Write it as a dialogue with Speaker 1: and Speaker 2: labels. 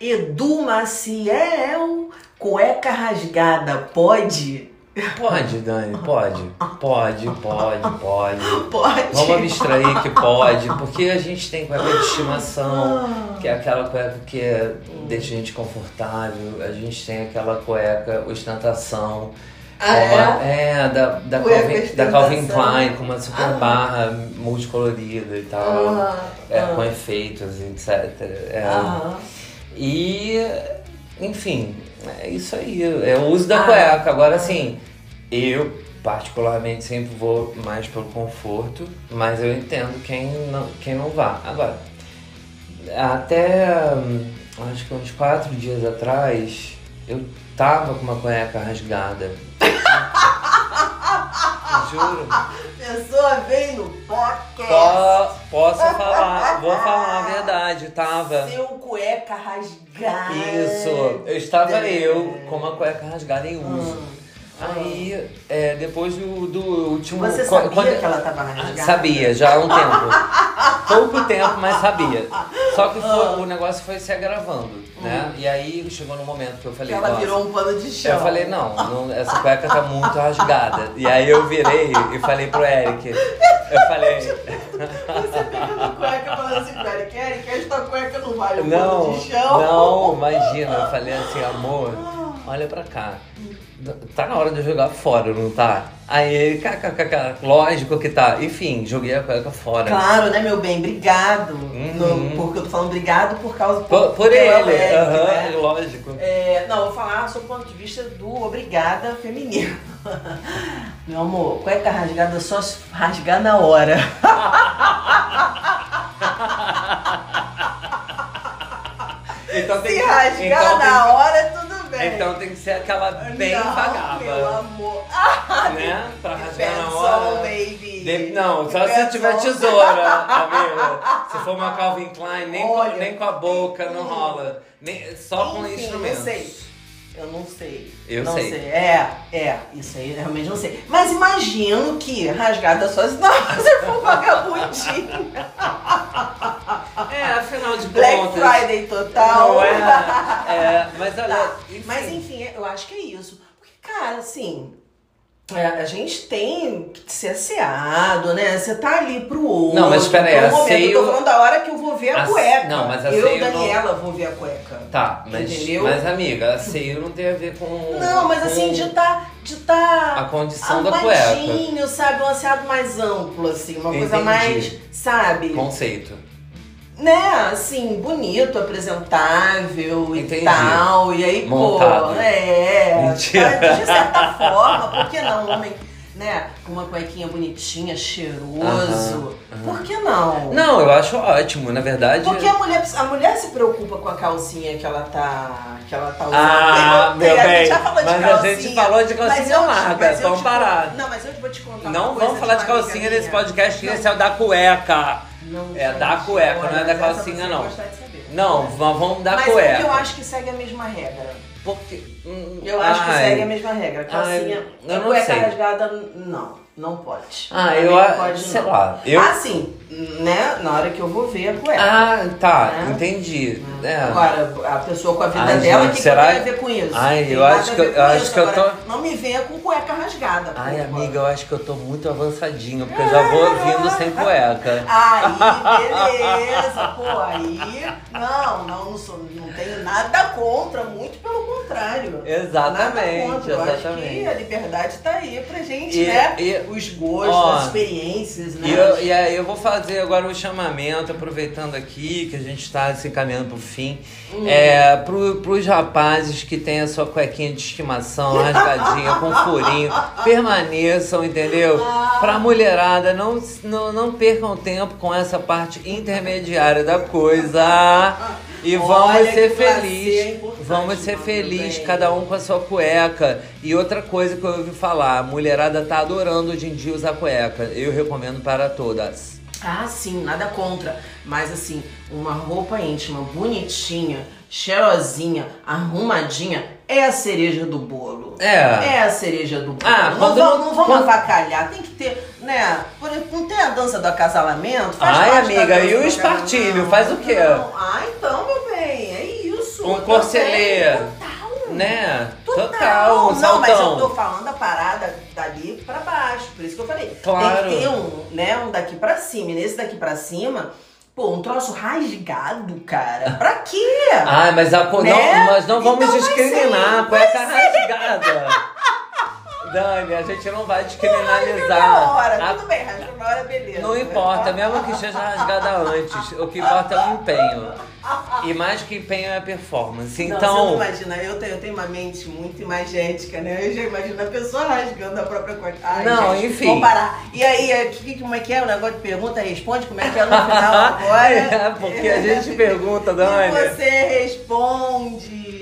Speaker 1: Edu Maciel, cueca rasgada, pode?
Speaker 2: Pode, Dani, pode. Pode, pode, pode.
Speaker 1: Pode.
Speaker 2: Vamos abstrair que pode, porque a gente tem cueca de estimação,
Speaker 1: Ah,
Speaker 2: que é aquela cueca que é- deixa a gente confortável, a gente tem aquela cueca ostentação.
Speaker 1: Ah,
Speaker 2: Como- é, da, da,
Speaker 1: Cueca
Speaker 2: Calvin, da
Speaker 1: ostentação.
Speaker 2: Calvin Klein, com uma super
Speaker 1: Ah.
Speaker 2: barra multicolorida e tal.
Speaker 1: Ah,
Speaker 2: É,
Speaker 1: ah.
Speaker 2: com efeitos, etc. É.
Speaker 1: Aham.
Speaker 2: E, enfim, é isso aí. É o uso da
Speaker 1: Ah.
Speaker 2: cueca. Agora, assim, eu particularmente sempre vou mais pelo conforto, mas eu entendo quem não, quem não vá. Agora, até hum, acho que uns quatro dias atrás, eu tava com uma cueca rasgada. Juro.
Speaker 1: Pessoa vem no podcast.
Speaker 2: Po- posso falar, vou falar a verdade, tava.
Speaker 1: Seu cueca rasgada.
Speaker 2: Isso, eu estava eu com uma cueca rasgada em uso.
Speaker 1: Ah.
Speaker 2: Aí, é, depois do, do último.
Speaker 1: Você
Speaker 2: co-
Speaker 1: sabia
Speaker 2: quando- Ah,
Speaker 1: que ela tava rasgada?
Speaker 2: Sabia, já há um tempo. Pouco tempo, mas sabia. Só que foi-
Speaker 1: Ah.
Speaker 2: o negócio foi se agravando, né? E aí chegou no momento que eu
Speaker 1: Hum. Que
Speaker 2: falei.
Speaker 1: ela
Speaker 2: "Nossa,
Speaker 1: virou um pano de chão.
Speaker 2: eu falei, não, não, essa cueca tá muito rasgada. E aí eu virei e falei pro Eric. Eu falei.
Speaker 1: Você pegando cueca falando assim, cara, Eric, esta cueca não vale um
Speaker 2: Não,
Speaker 1: pano de chão.
Speaker 2: não, imagina, eu falei assim, amor, olha pra cá. Tá na hora de eu jogar fora, não tá? Aí ele, kkkk, lógico que tá. Enfim, joguei a cueca fora.
Speaker 1: Claro, né, meu bem? Obrigado.
Speaker 2: Uhum.
Speaker 1: No- porque eu tô falando obrigado por causa...
Speaker 2: Por, por
Speaker 1: pelo
Speaker 2: ele,
Speaker 1: Eric,
Speaker 2: aham,
Speaker 1: né?
Speaker 2: lógico.
Speaker 1: É, não, eu vou falar sob o ponto de vista do obrigada feminino. Meu amor, cueca rasgada é só se rasgar na hora.
Speaker 2: Então
Speaker 1: Se rasgar
Speaker 2: então
Speaker 1: na
Speaker 2: tem-
Speaker 1: hora, tudo bem.
Speaker 2: Então tem que ser aquela bem
Speaker 1: não, Meu
Speaker 2: vagaba,
Speaker 1: amor. Ah,
Speaker 2: né? Pra rasgar na
Speaker 1: depends on,
Speaker 2: hora.
Speaker 1: baby.
Speaker 2: De- Não, só se
Speaker 1: Depends
Speaker 2: tiver
Speaker 1: on.
Speaker 2: tesoura, amiga. Se for uma Calvin Klein, nem, com-
Speaker 1: Olha,
Speaker 2: nem com a boca, não
Speaker 1: hum.
Speaker 2: rola. Nem, só com
Speaker 1: Enfim,
Speaker 2: instrumentos.
Speaker 1: Eu sei. Eu não sei.
Speaker 2: um Eu
Speaker 1: não
Speaker 2: sei.
Speaker 1: É, é. Isso aí eu realmente não sei. Mas imagino que rasgada só se não, você for vagabundinho.
Speaker 2: É, afinal de
Speaker 1: Black
Speaker 2: contas.
Speaker 1: Friday total.
Speaker 2: Não é, é, mas olha,
Speaker 1: Tá.
Speaker 2: enfim,
Speaker 1: Mas enfim, eu acho que é isso. Porque, cara, assim. é, A gente tem que ser asseado, né? Você tá ali pro outro.
Speaker 2: Não, mas espera aí,
Speaker 1: pro momento.
Speaker 2: asseio-
Speaker 1: Eu tô falando da hora que eu vou ver a
Speaker 2: Ass-
Speaker 1: cueca.
Speaker 2: não, mas
Speaker 1: eu,
Speaker 2: asseio não-
Speaker 1: Daniela, vou ver a cueca.
Speaker 2: tá, mas,
Speaker 1: Entendeu?
Speaker 2: mas amiga, a ceia não tem a ver com.
Speaker 1: Não, mas
Speaker 2: com
Speaker 1: assim, de tá. De tá
Speaker 2: a condição da cueca.
Speaker 1: arrumadinho, sabe? Um asseado mais amplo, assim. Uma coisa
Speaker 2: Entendi.
Speaker 1: mais. Sabe?
Speaker 2: Conceito.
Speaker 1: Né? Assim, bonito, apresentável
Speaker 2: Entendi.
Speaker 1: e tal. E aí,
Speaker 2: Montado.
Speaker 1: pô. É.
Speaker 2: Mentira.
Speaker 1: tá, De certa forma, por que não? Um homem, né? Com uma cuequinha bonitinha, cheiroso.
Speaker 2: aham.
Speaker 1: Por que não?
Speaker 2: Não, eu acho ótimo, na verdade.
Speaker 1: Porque a mulher, precisa- a mulher se preocupa com a calcinha que ela tá, que ela tá usando.
Speaker 2: Ah,
Speaker 1: Eu
Speaker 2: meu
Speaker 1: sei, a
Speaker 2: bem,
Speaker 1: gente já falou de
Speaker 2: mas
Speaker 1: calcinha.
Speaker 2: a gente falou de
Speaker 1: Mas
Speaker 2: calcinha
Speaker 1: eu te-
Speaker 2: larga,
Speaker 1: mas eu
Speaker 2: vamos
Speaker 1: te-
Speaker 2: parar.
Speaker 1: Não, mas eu vou te contar uma
Speaker 2: Não
Speaker 1: coisa
Speaker 2: vamos falar de
Speaker 1: uma amiga
Speaker 2: calcinha nesse
Speaker 1: minha.
Speaker 2: podcast, que
Speaker 1: Não.
Speaker 2: esse é o da cueca.
Speaker 1: Não,
Speaker 2: É, da
Speaker 1: gente,
Speaker 2: cueca, não é
Speaker 1: olha,
Speaker 2: da
Speaker 1: mas essa
Speaker 2: calcinha,
Speaker 1: você
Speaker 2: não.
Speaker 1: vai gostar de saber.
Speaker 2: Não, v- vamos dar
Speaker 1: Mas é
Speaker 2: cueca.
Speaker 1: porque eu acho que segue a mesma regra.
Speaker 2: Porque, hum,
Speaker 1: Eu acho que
Speaker 2: ai.
Speaker 1: segue a mesma regra. Calcinha,
Speaker 2: Ai, eu não
Speaker 1: cueca
Speaker 2: sei.
Speaker 1: rasgada, não, não pode.
Speaker 2: Ah,
Speaker 1: Pra mim
Speaker 2: eu
Speaker 1: não
Speaker 2: a-
Speaker 1: pode,
Speaker 2: sei
Speaker 1: não.
Speaker 2: lá, eu-
Speaker 1: Ah, sim, né? Na hora que eu vou ver a cueca.
Speaker 2: Ah, tá,
Speaker 1: Né?
Speaker 2: entendi. É.
Speaker 1: Agora, a pessoa com a vida
Speaker 2: Ai,
Speaker 1: dela, o
Speaker 2: gente,
Speaker 1: que, que
Speaker 2: será-
Speaker 1: tem a ver com isso?
Speaker 2: Ai,
Speaker 1: Tem
Speaker 2: eu
Speaker 1: nada
Speaker 2: acho
Speaker 1: a
Speaker 2: que
Speaker 1: ver
Speaker 2: eu-
Speaker 1: com
Speaker 2: eu acho
Speaker 1: isso.
Speaker 2: que eu
Speaker 1: Agora,
Speaker 2: tô-
Speaker 1: Não me venha com cueca rasgada.
Speaker 2: Ai,
Speaker 1: por favor.
Speaker 2: amiga, eu acho que eu tô muito avançadinho, porque eu já vou vindo sem
Speaker 1: Ah,
Speaker 2: cueca.
Speaker 1: Aí, beleza, pô, aí. Não, não, não, sou, não tenho nada contra, muito pelo contrário.
Speaker 2: Exatamente,
Speaker 1: Nada contra. Eu Acho que
Speaker 2: exatamente.
Speaker 1: a liberdade tá aí pra gente,
Speaker 2: E-
Speaker 1: né?
Speaker 2: e-
Speaker 1: Os gostos,
Speaker 2: Ó,
Speaker 1: as experiências, né?
Speaker 2: E, eu, e aí eu vou fazer agora um chamamento, aproveitando aqui que a gente está se encaminhando pro fim,
Speaker 1: Uhum.
Speaker 2: é, pro, pros rapazes que têm a sua cuequinha de estimação rasgadinha, com furinho, permaneçam, entendeu?
Speaker 1: Ah.
Speaker 2: Pra mulherada, não, s- não, não percam tempo com essa parte intermediária da coisa. E vamos
Speaker 1: Olha,
Speaker 2: ser
Speaker 1: que prazer é
Speaker 2: felizes.
Speaker 1: importante,
Speaker 2: Vamos ser
Speaker 1: mano,
Speaker 2: felizes,
Speaker 1: bem.
Speaker 2: cada um um com a sua cueca. E outra coisa que eu ouvi falar, a mulherada tá adorando hoje em dia usar cueca. Eu recomendo para todas.
Speaker 1: Ah, sim, nada contra. Mas assim, uma roupa íntima, bonitinha, cheirosinha, arrumadinha, é a cereja do bolo.
Speaker 2: É.
Speaker 1: É a cereja do bolo.
Speaker 2: Ah,
Speaker 1: não,
Speaker 2: quando-
Speaker 1: vamos, não vamos
Speaker 2: quando-
Speaker 1: avacalhar. Tem que ter, né? Por exemplo, não tem a dança do acasalamento? Faz
Speaker 2: Ai,
Speaker 1: parte da
Speaker 2: amiga,
Speaker 1: dança
Speaker 2: e o
Speaker 1: do
Speaker 2: espartilho?
Speaker 1: acasalamento.
Speaker 2: Faz o quê?
Speaker 1: Não. Ah, então, meu bem, é isso.
Speaker 2: Um Porceleira.
Speaker 1: Total.
Speaker 2: Né?
Speaker 1: Total.
Speaker 2: Total, um
Speaker 1: não, mas eu tô
Speaker 2: saltão.
Speaker 1: falando a parada dali pra baixo. Por isso que eu falei.
Speaker 2: Claro.
Speaker 1: Tem que ter um, né, um daqui pra cima. E nesse daqui pra cima, pô, um troço rasgado, cara. Pra quê?
Speaker 2: Ai, Ah, mas a co-
Speaker 1: Né?
Speaker 2: não, nós não vamos
Speaker 1: Então vai
Speaker 2: discriminar. A
Speaker 1: ser,
Speaker 2: cueca rasgada. Dani, a gente não vai
Speaker 1: Rasga na
Speaker 2: descriminalizar.
Speaker 1: hora.
Speaker 2: A-
Speaker 1: Tudo bem, rasga na hora, beleza.
Speaker 2: Ah. Não importa, mesmo que seja rasgada antes, o que importa é o empenho. E mais que empenho é a performance.
Speaker 1: Não,
Speaker 2: Então.
Speaker 1: você não imagina, eu tenho, eu tenho uma mente muito imagética, né? Eu já imagino a pessoa rasgando a própria coisa. Ai,
Speaker 2: Não,
Speaker 1: gente,
Speaker 2: enfim.
Speaker 1: Vamos parar. E aí, é, que, que- como é que é o negócio de pergunta, responde, como é que é no final agora?
Speaker 2: É, porque a gente pergunta, Dani.
Speaker 1: E você responde.